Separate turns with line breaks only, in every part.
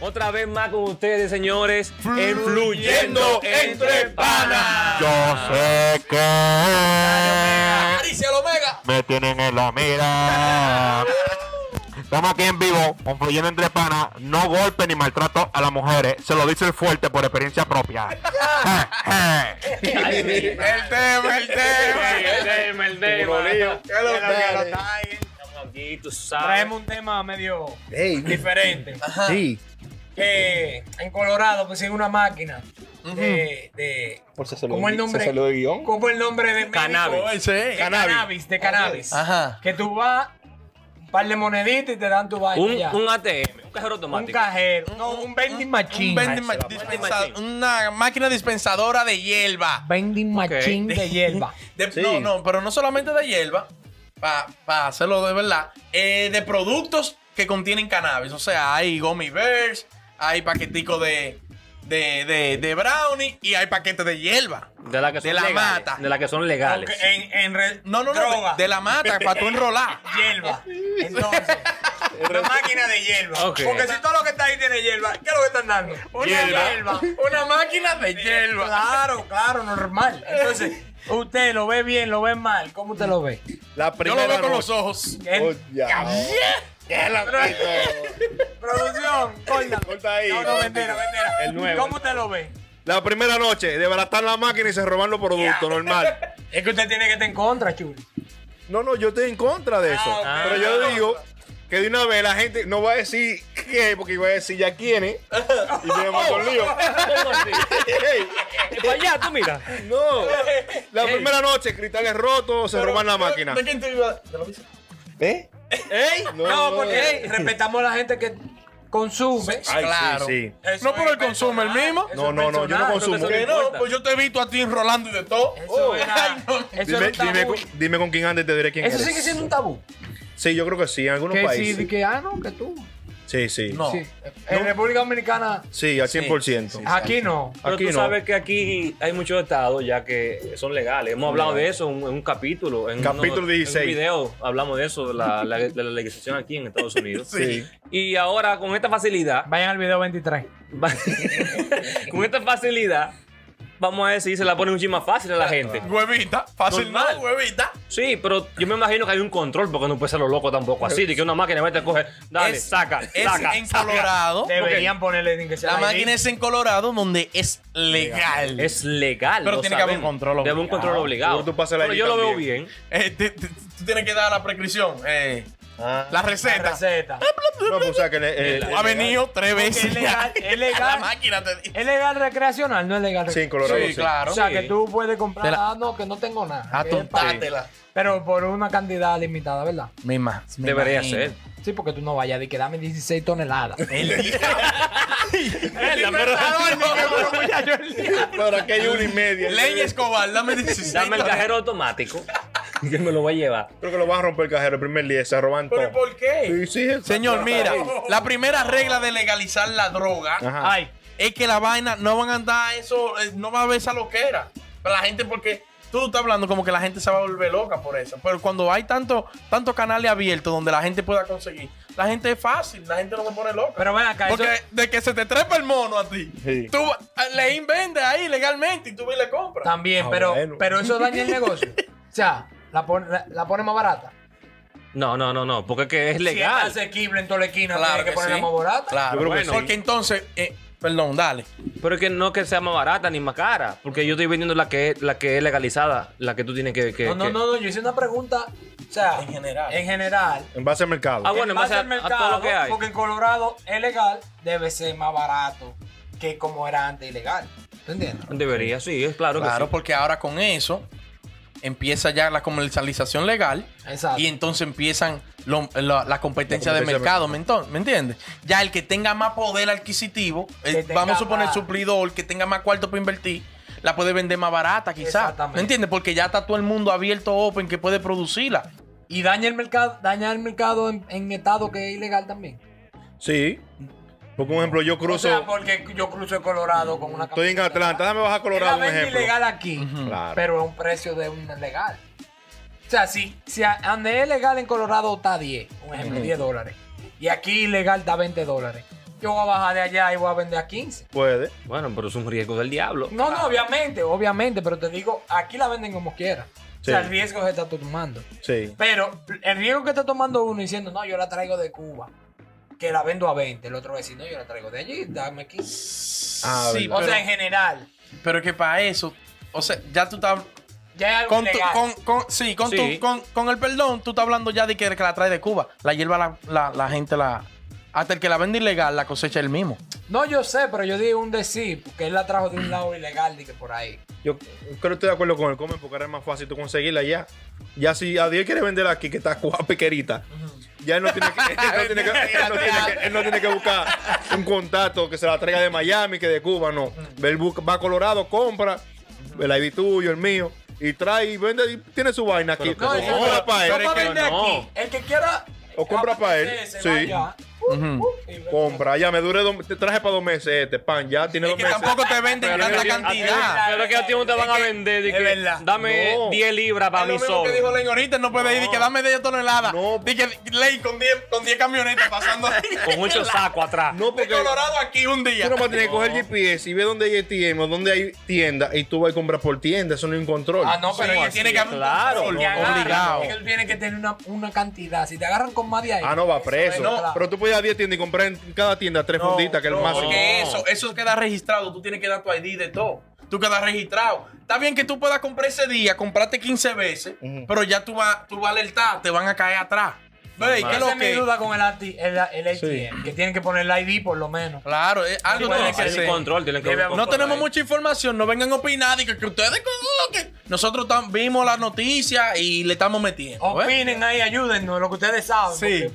Otra vez más con ustedes, señores. en
Fluyendo
Entre Panas.
Yo sé que
Alicia Omega.
me tienen en la mira. Estamos aquí en vivo, confluyendo entre panas, no golpe ni maltrato a las mujeres, se lo dice el fuerte por experiencia propia.
El tema, el tema.
tema, el tema. Aquí, tú sabes.
Traemos un tema medio
Ey,
diferente.
sí.
Que en Colorado consiguen una máquina de, de- ¿Cómo el nombre?
de guión.
¿Cómo el nombre de médico?
Cannabis.
Ay, sí.
De cannabis, de cannabis.
Ajá.
Que tú vas, un par de moneditas y te dan tu vaina
Un,
ya.
un ATM, un cajero
Un
automático.
cajero. No, un vending machine.
Un vending ma- dispensa- una máquina dispensadora de hierba.
vending machine de hierba.
De-
Sí.
No, no, pero no solamente de hierba, para hacerlo de verdad, eh, de productos que contienen cannabis. O sea, hay gummy bears, hay paquetico de, de, de, de brownie y hay paquetes de hierba.
De la que son
De la
legales,
mata.
De la que son legales.
Aunque En, en re-
No, no, no,
droga,
de, de la mata, para tú enrolar.
hierba. Entonces, una máquina de hierba.
Ok.
Porque si todo lo que está ahí tiene hierba, ¿qué es lo que están dando? Una
Hierba.
Una máquina de hierba.
Claro, claro, normal. Entonces, usted lo ve bien, lo ve mal. ¿Cómo usted lo ve?
La
Yo
primera
lo veo con los
noche.
ojos.
¿Eh?
Oh, ya.
Producción, corta.
Corta ahí.
No, no, mentira, mentira.
El nuevo.
¿Cómo usted lo ve?
La primera noche, desbaratar la máquina y se roban los productos, normal.
Es que usted tiene que estar en contra, chuli.
No, no, yo estoy en contra de eso.
ok.
Ah,
Pero yo digo que de una vez la gente no va a decir qué, porque iba a decir ya quién es. Y tenemos
Oh.
con lío.
¿Cómo así?
Ey,
Y para allá, tú mira.
no. La primera noche, cristales rotos, se roban la máquina.
¿De quién te iba? ¿Te lo dice?
¿Eh?
¡Ey! No,
No, no,
porque
no.
ey, respetamos a la gente que consume.
Ay, Claro.
Sí, sí.
Eso
No por
es
el consumo, el
personal,
mismo.
eso
No,
es
no, no, yo no
personal.
consumo.
Que no,
importa.
pues yo te he visto a ti enrolando y de todo.
Eso, era-
Oh. Ay, no.
eso era
Dime,
un tabú.
dime con, dime con quién andes te diré quién
Eso
eres.
sigue siendo un tabú.
Sí, yo creo que sí, en algunos
Que sí,
países.
de que, ah, no, que tú.
Sí, sí.
No.
Sí. En República Dominicana,
Sí, al 100%.
aquí no.
Pero
Aquí
tú
no.
sabes que aquí hay muchos estados ya que son legales. Hemos hablado de eso en un, en un capítulo. En
Capítulo
uno-
16.
En un video hablamos de eso, de la, la- de la legislación aquí en Estados Unidos.
Sí.
Y ahora con esta facilidad,
Vayan al video 23.
va- con esta facilidad, vamos a decir, se la pone un chin más fácil a la gente.
Huevita, fácil
Normal.
no, huevita.
Sí, pero yo me imagino que hay un control porque no puede ser lo loco tampoco así. De que una máquina vete a coger, dale,
Es-
saca,
Es
saca.
en
saca.
Colorado.
Deberían ponerle que sea
La
ID.
máquina es en Colorado donde es legal.
Es legal.
Pero
lo
tiene que haber un
sabemos.
control
Debe haber un
obligado.
control obligado.
Pero tú pasas la
Pero
ID
yo lo veo
también.
bien.
Eh, te- te- tú tienes que dar la prescripción. eh, la
La
receta.
receta.
Ah, No, pues, o sea, que le- eh,
Ha venido tres
Porque
veces.
es legal,
ya.
es
La
legal.
máquina te dice.
Es legal recreacional, no es legal
Sí, en
recreacional.
Colorado.
Sí,
sí.
claro.
O sea,
Sí.
que tú puedes comprar,
Te la- Ah,
ah, no, que no tengo nada. que es pa-
Atontátela.
Pero por una cantidad limitada, ¿verdad?
Misma.
Debería ser.
Sí, porque tú no vayas de que dame 16 toneladas.
El
la
Pero aquí hay una y media.
Ley Escobar, dame 16.
Dame el cajero automático que me lo va a llevar.
Creo que lo van a romper el cajero el primer día, se roban todo.
qué?
Sí, sí, exacto.
Señor, mira, la primera regla de legalizar la droga
Ajá.
Ay,
es que la vaina no van a andar eso, eh, no va a haber esa loquera. Pero la gente, porque tú estás hablando como que la gente se va a volver loca por eso. Pero cuando hay tantos tanto canales abiertos donde la gente pueda conseguir, la gente es fácil, la gente no se pone loca.
pero ven acá,
porque
eso
de que se te trepa el mono a ti,
Sí.
tú va- le invende ahí legalmente y tú vas y le compras.
también,
Ah,
pero,
bueno.
pero eso daña el negocio. O sea, la pone, la, la pone más barata.
No, no, no, no, porque es que es
Si
legal.
es asequible en toda la esquina, tiene que, ponerla más barata.
Claro,
Yo creo que
bueno.
sí.
porque entonces, eh, perdón, dale.
Pero es que no que sea más barata ni más cara. Porque yo estoy vendiendo la que, es- la que es legalizada, la que tú tienes que. que-
No, no,
que-
no, no, yo hice una pregunta, o sea,
En general.
En general.
En base al mercado.
Ah, bueno, en base
al
a- a todo lo que hay.
Porque en Colorado es legal, debe ser más barato que como era antes ilegal. ¿Tú entiendes?
Debería, sí, es claro,
Claro,
que sí.
porque ahora con eso empieza ya la comercialización legal
Exacto.
y entonces empiezan lo- la, la competencia
La competencia
de
de
mercado, ¿me ento- ¿me entiendes? Ya el que tenga más poder adquisitivo,
Que
el-
tenga
vamos a suponer
más.
suplidor, el que tenga más cuarto para invertir, la puede vender más barata, quizás.
Exactamente.
¿Me entiendes? Porque ya está todo el mundo abierto open que puede producirla.
Y daña el mercado, daña el mercado en, en estado que es ilegal también.
Sí. Porque, un ejemplo, yo
O
cruzo.
sea, porque yo cruzo el Colorado con una
Estoy en
camiseta.
Atlanta. Dame baja
Él
Colorado,
la
un
vende
ejemplo.
ilegal aquí,
Claro.
pero a un precio de un legal. O sea, si, si a- donde es legal en Colorado está 10, un ejemplo, 10 dólares. Y aquí ilegal está 20 dólares. Yo voy a bajar de allá y voy a vender a 15.
Puede.
Bueno, pero es un riesgo del diablo.
No, no, obviamente, obviamente, pero te digo, aquí la venden como quiera. O sea,
Sí.
el riesgo se está tomando.
Sí.
Pero el riesgo que está tomando uno diciendo, no, yo la traigo de Cuba, que la vendo a 20, el otro va a decir, no, yo la traigo de allí, dame 15.
Ah,
sí,
O
pero,
sea, en general,
pero que para eso, o sea, ya tú estás.
ya es algo
Con tu-
ilegal.
con, con- sí, con,
Sí.
tu- con- con el perdón, tú estás hablando ya de que, que la trae de Cuba. La hierba la, la- la gente la. Hasta el que la vende ilegal la cosecha él mismo.
No, yo sé, pero yo di un decir, porque él la trajo de un lado ilegal, dije por ahí.
Yo creo que estoy de acuerdo con el comen porque ahora es más fácil tú conseguirla ya. Ya si a 10 quiere vender aquí, que está guapa pequerita, ya él no tiene que, él no tiene que, él no tiene que- él no tiene que buscar un contacto que se la traiga de Miami, que de Cuba, no. Él busca- va a Colorado, compra el ID tuyo, el mío, y trae y vende, y tiene su vaina aquí.
Pero
No,
que
o
eso
no,
compra
Ah,
para él,
no va a
que
vender
no.
aquí. El que quiera.
O compra pa' él,
se
sí.
va allá.
Ujú.
Y-
compra, ya me duré, dos- te traje para dos meses este pan, ya tiene
Es
dos
que
meses.
tampoco te venden
Pero
tanta
es que-
cantidad.
Pero es que a ti no te van a vender. de
es
que,
verdad.
Dame
No.
10 libras para
Es lo
mí
mismo
solo.
que dijo Ley ahorita, él no puede ir y que dame 10 toneladas.
No.
Di que Ley con 10 con 10 camionetas pasando
Con mucho saco atrás.
No,
de
porque
Colorado aquí un día.
Tú nomás tienes que coger el GPS y ver dónde hay ATM o dónde hay tienda y tú vas a comprar por tienda. Eso no es un control.
Ah, no, pero
Pero
él
que tiene que haber un
claro,
control,
que agarra,
obligado.
Él tiene que tener una, una cantidad. Si te agarran con más de ahí.
Ah, no, va
eso
preso.
es claro.
Pero tú puedes ir a 10 tiendas y comprar en cada tienda tres
No,
funditas, que es
no,
el más.
Porque
No.
eso, eso queda registrado. Tú tienes que dar tu ID de todo. Tú quedas registrado. Está bien que tú puedas comprar ese día, comprarte 15 veces, pero ya tú vas tú vas a alertar, te van a caer atrás. Ve, ¿qué es
Esa
lo
es mi
que?
duda con el, AT- el, el ATM, que tienen que poner el ID por lo menos.
Claro, eh, algo
Bueno,
tiene que
hay un
ser.
control, tienen que
Debe
un
haber un
No
control
tenemos
ahí.
mucha información, no vengan a opinar y que, que ustedes con- que nosotros tam- vimos la noticia y le estamos metiendo. ¿ves?
Opinen ahí, ayúdennos, lo que ustedes saben.
Sí.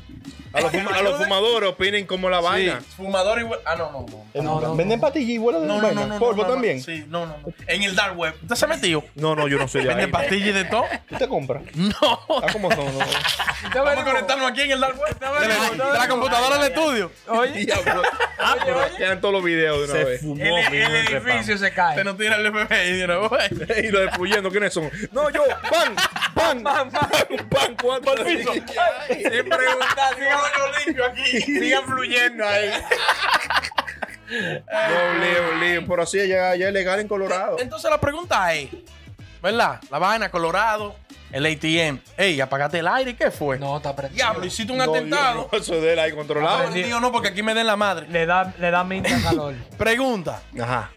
A los, fuma- a los fumadores opinen como la
Sí,
vaina.
fumador y hue- Ah, no, no, no.
No, no,
Eh, Venden patillas y vuelan de
No, no,
vaina.
no, no,
Polvo
no, no,
también.
Sí, no, no, no. En el dark web. ¿Usted se ha metido?
No, no, yo no soy de
¿Vende
ahí.
pastillas y de todo?
¿Tú te compras?
No.
Ah, ¿cómo son? No.
Vamos a conectarnos aquí en el dark web. De la, de la computadora del estudio.
Oye,
Ah, pero quedan todos los videos de una
Se
vez.
fumó
el,
vino
el
entre pan.
edificio se
Usted
cae.
no tiene el FBI de una vez.
y los expulsando, ¿quiénes son? No, yo, pan, pan, pan, pan, pan, cuánto.
Sin preguntar, si yo limpio aquí.
Siga fluyendo ahí. No, lío, lío. Pero sí, ya, ya es legal en Colorado.
Entonces la pregunta es, ¿verdad? La vaina, Colorado, el ATM. Ey, apagaste el aire, ¿qué fue?
No, está prendido.
Diablo, hiciste un
No, Dios,
atentado. Ah,
no, eso de él ahí controlado.
No, tío, no, porque aquí me den la madre.
Le da, le da minta calor.
Pregunta.
Ajá.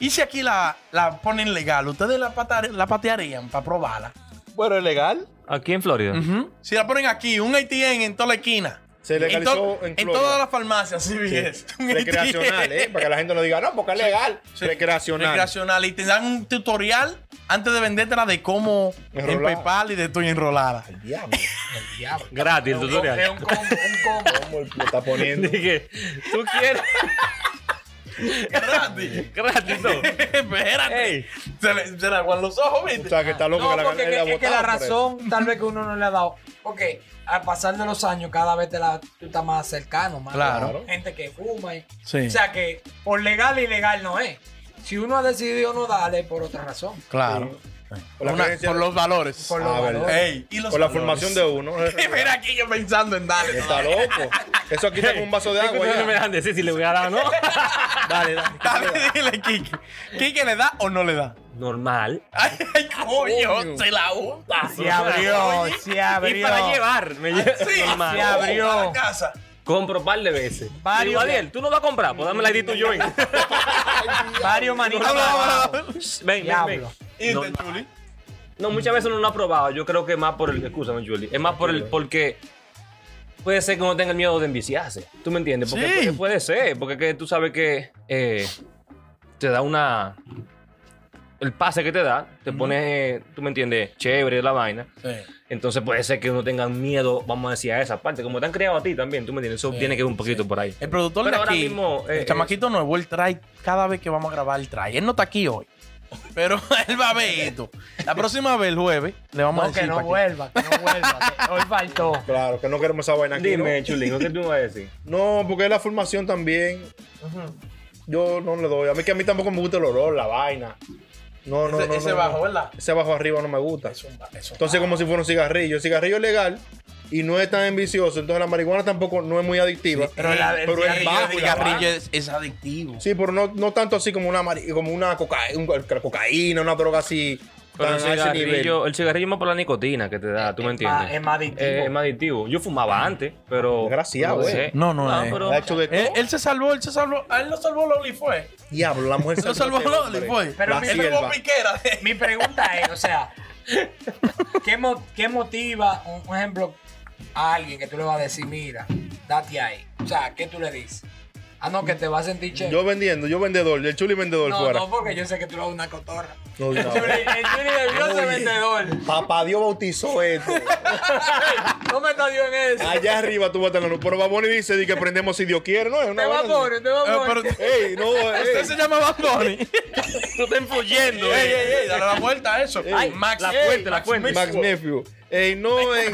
¿Y si aquí la, la ponen legal? ¿Ustedes la, patar- la patearían para probarla?
Bueno, es legal.
Aquí en Florida.
Si la ponen aquí, un ATM en toda la esquina.
Se legalizó
to-
en Florida.
todas las farmacias, sí, es. Un
Recreacional,
ATM.
¿eh? Para que la gente no diga, no, porque es legal.
Sí.
Recreacional.
Recreacional. Y te dan un tutorial antes de vendértela de cómo
Enrolar.
empepar y de tu enrolar.
Diablo.
El diablo.
Gratis el
Es
tutorial.
un combo, un combo.
¿Cómo lo está poniendo?
Dije, tú quieres
Gratis.
gratis, no.
Espérate.
Ey.
Se le, se le aguan los ojos,
O
¿viste?
sea, que está loco
No,
que la
porque
él
que-
ha
es que la
votado por eso.
razón, tal vez que uno no le ha dado. Porque al pasar de los años, cada vez te la, tú estás más cercano, más
Claro.
gente que fuma. Y,
Sí.
O sea que por legal e ilegal no es. Si uno ha decidido no darle, por otra razón.
Claro.
Por la
Una-
creencia-
por los valores.
Por los
Ah, verdad.
valores.
Ey, y los
Por la
valores.
formación de uno.
Mira aquí yo pensando en darle.
Está loco. Eso aquí está con un vaso de agua.
Ustedes no me
ya.
dejan decir si le voy a dar o no.
Dale, dale.
Dale, dile, Kike. ¿Kike le da o no le da?
Normal.
Ay, ay,
Ah,
coño, se la unta.
Se abrió, se abrió.
Ah,
Ah,
Y para llevar,
Ah,
me lleva.
Sí,
Normal.
se abrió.
A la casa.
Compro un par de veces.
Varios.
Digo, Adiel, tú no vas a comprar, pues dame la ID tuyo. Ven,
Varios manitos.
Ah,
Habla,
para
habla,
abajo.
habla.
ven, ven, ven.
Diablo.
Y
No,
te chuli.
No, muchas veces uno no ha probado. Yo creo que más por el. Escúchame, Julie. Es más por el. Porque. Puede ser que uno tenga el miedo de enviciarse. ¿Tú me entiendes? Porque
Sí.
puede, puede ser. Porque que tú sabes que. eh, te da una. El pase que te da. Te pone. ¿Tú me entiendes? Chévere la vaina.
Eh,
Entonces puede ser que uno tenga miedo, vamos a decir, a esa parte. Como te han creado a ti también, ¿tú me entiendes? Eso tiene que ir un poquito por ahí.
El productor
Pero
de
ahora
aquí,
mismo, eh,
el chamaquito nuevo, él trae cada vez que vamos a grabar, él trae. Él no está aquí hoy. Pero él va a ver esto. La próxima vez, el jueves, le vamos a
No,
decir.
que no
pa' qué.
vuelva, que no vuelva. que hoy faltó.
Claro, que no queremos esa vaina aquí.
Dime, Chulín, ¿qué tú me vas a decir?
No, No, porque es la formación también. Yo no le doy. A mí que a mí tampoco me gusta el olor, la vaina. No, no,
Ese-
no.
ese
no,
bajo,
no.
¿verdad?
Ese bajo arriba no me gusta.
Eso, eso.
Entonces, como si fuera un cigarrillo. El cigarrillo es legal y no es tan vicioso. Entonces, la marihuana tampoco no es muy adictiva.
Pero, la, el
Pero es
cigarrillo,
bajo
el
y la
cigarrillo
vaina.
es, es adictivo.
Sí, pero no, no tanto así como una, mari- como una coca- un- la cocaína, una droga así.
Pero
tan
el
a ese nivel. Eh, ah,
cigarrillo, el cigarrillo es más por la nicotina que te da, ¿tú me
Es más-
entiendes?
Es más adictivo.
Eh, es más adictivo. Yo fumaba antes, pero.
Desgraciado,
sé. Ah,
eh.
No, no, eh.
pero-
Ha hecho de todo.
Él, él se salvó, él se salvó. A él lo salvó Loli fue.
Diablo, la mujer
Lo salvó
este hombre.
Loli fue. Eh,
Pero
La
mi-
Él salvó
sierva.
Piquera.
Mi pregunta es, o sea, ¿qué, mo- qué motiva, un un ejemplo, a alguien que tú le vas a decir, mira, date ahí? O sea, ¿qué tú le dices? Ah, no, que te va a sentir chévere.
Yo vendiendo, yo vendedor, el chuli vendedor
no,
fuera.
no, porque yo sé que tú le vas a una cotorra.
No, no.
El Juni debió ser vendedor.
Papá Dios bautizó esto.
No me estás en eso.
Allá arriba tú vas a tener luz. Pero Baboni dice di que prendemos si Dios quiere, ¿no? Es una
te va a
vaina-
poner, te va a
Eh,
poner.
pero
Ey, no,
usted
ey.
se llama Bad Bunny.
Tú estás enfuyendo.
ey, ey, ey, dale la vuelta a eso.
Ay,
Max,
la
ey,
fuente, la fuente.
Max Mayfield. Ey, no, ey.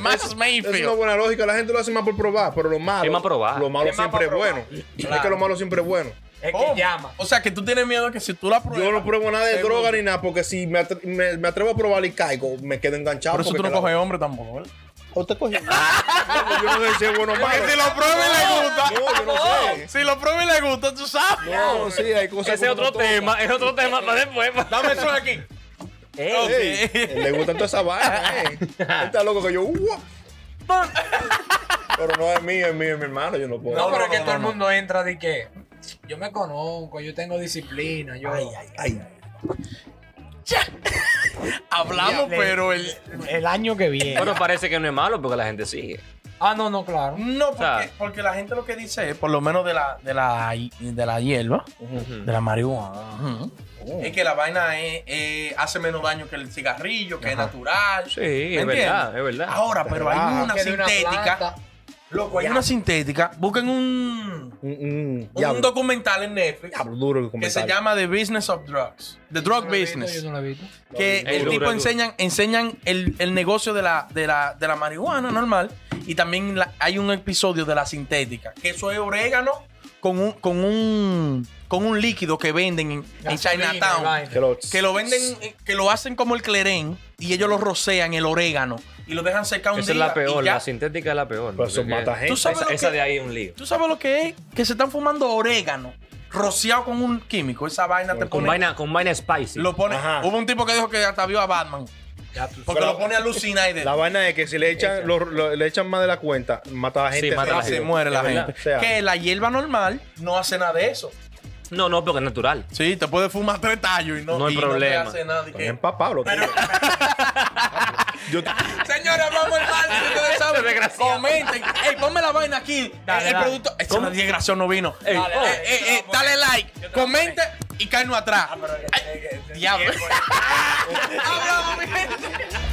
Max
Es una
Mayfield.
buena lógica, la gente lo hace más por probar, pero lo malo.
Es más probar.
Lo malo
Es más
siempre es
para probar.
bueno. Es que lo malo siempre es bueno.
Es
¿Cómo?
que llama.
O sea, que tú tienes miedo que si tú la pruebas.
Yo no pruebo nada de
Seguro.
droga ni nada, porque si me, atre- me- me atrevo a probar y caigo, me quedo enganchado.
Por eso tú
porque
no
que
coges
la-
hombre tampoco, ¿verdad?
¿O te cogió?
Yo no sé si es bueno o malo.
lo prueba y le gusta.
No, yo no sé.
Si lo prueba y le gusta, tú sabes.
No, sí, hay cosas
Ese es
que
otro
uno toma.
tema, es otro tema para después. pa-
Dame eso de aquí. Ok.
Ey, le gustan todas esas vainas, eh. Él Está loco que yo, "Uah". Pero no es mío, es mío, es mi hermano, yo no puedo.
No, pero es que
no,
todo el
no.
mundo entra de que yo me conozco, yo tengo disciplina, yo...
Ay,
Hablamos,
Le-
pero el.
El año que viene.
Bueno, parece que no es malo porque la gente sigue.
ah, no, no, claro.
No, porque,
sea-
porque la gente lo que dice es, por lo menos de la, de la, de la hierba, de la marihuana, es que la vaina es, eh, hace menos daño que el cigarrillo, que es natural.
Sí,
¿Me
es verdad,
entiendes?
es verdad.
Ahora, pero hay
Verdad.
una
Que de una
sintética.
planta.
Loco, hay
Ya.
una sintética. Busquen un,
mm, mm,
un
diablo,
documental en Netflix
diablo, duro que
que se
comentario.
llama The Business of Drugs. The
Yo
Drug
no lo he visto,
Business.
Yo no lo he visto.
que
Es
el
duro,
tipo
es duro.
enseñan, enseñan el, el negocio de la, de, la, de la marihuana normal y también la- hay un episodio de la sintética, que eso es orégano con un, con un, con un líquido que venden en, en
Gasolina y
Chinatown,
vaina.
Que lo,
que lo venden, eh, que lo hacen como el clerén y ellos lo rocean el orégano y lo dejan secar un
Esa es
día
la
y
peor,
ya.
la sintética es la peor.
Pero eso
porque
mata
que-
gente.
¿Tú sabes
Esa,
lo que-
esa de ahí es un lío.
¿Tú sabes lo que es? Que se están fumando orégano rociado con un químico, esa vaina te
Con
pone
vaina, con vaina spicy.
lo pone,
Ajá.
hubo un tipo que dijo que hasta vio a Batman,
Ya tú
porque
Pero-
lo pone a Lucina y de
La vaina es que si le echan, lo- lo- le echan más de la cuenta, mata a la
Sí,
gente.
mata a la
rápido.
se muere la
Es verdad.
gente.
O sea,
que la hierba normal no hace nada de eso.
No, no, porque es natural.
Sí, te puede fumar tres tallos y no,
No hay
y
problema.
No te hace nada. y que-
Están empapados, tío. Yo te-
Señores, vamos al baño, que ustedes saben.
Desgraciado.
Comenten. Ey, ponme la vaina aquí.
Dale,
el
dale.
producto. Esta una desgracia no vino.
Ey,
Eh,
Dale,
oh,
dale.
eh, eh,
Yo te la voy a
dale
poner.
like,
Yo te la voy a
comente y caernos atrás. Ay, Diablo. Hablamos, mi gente.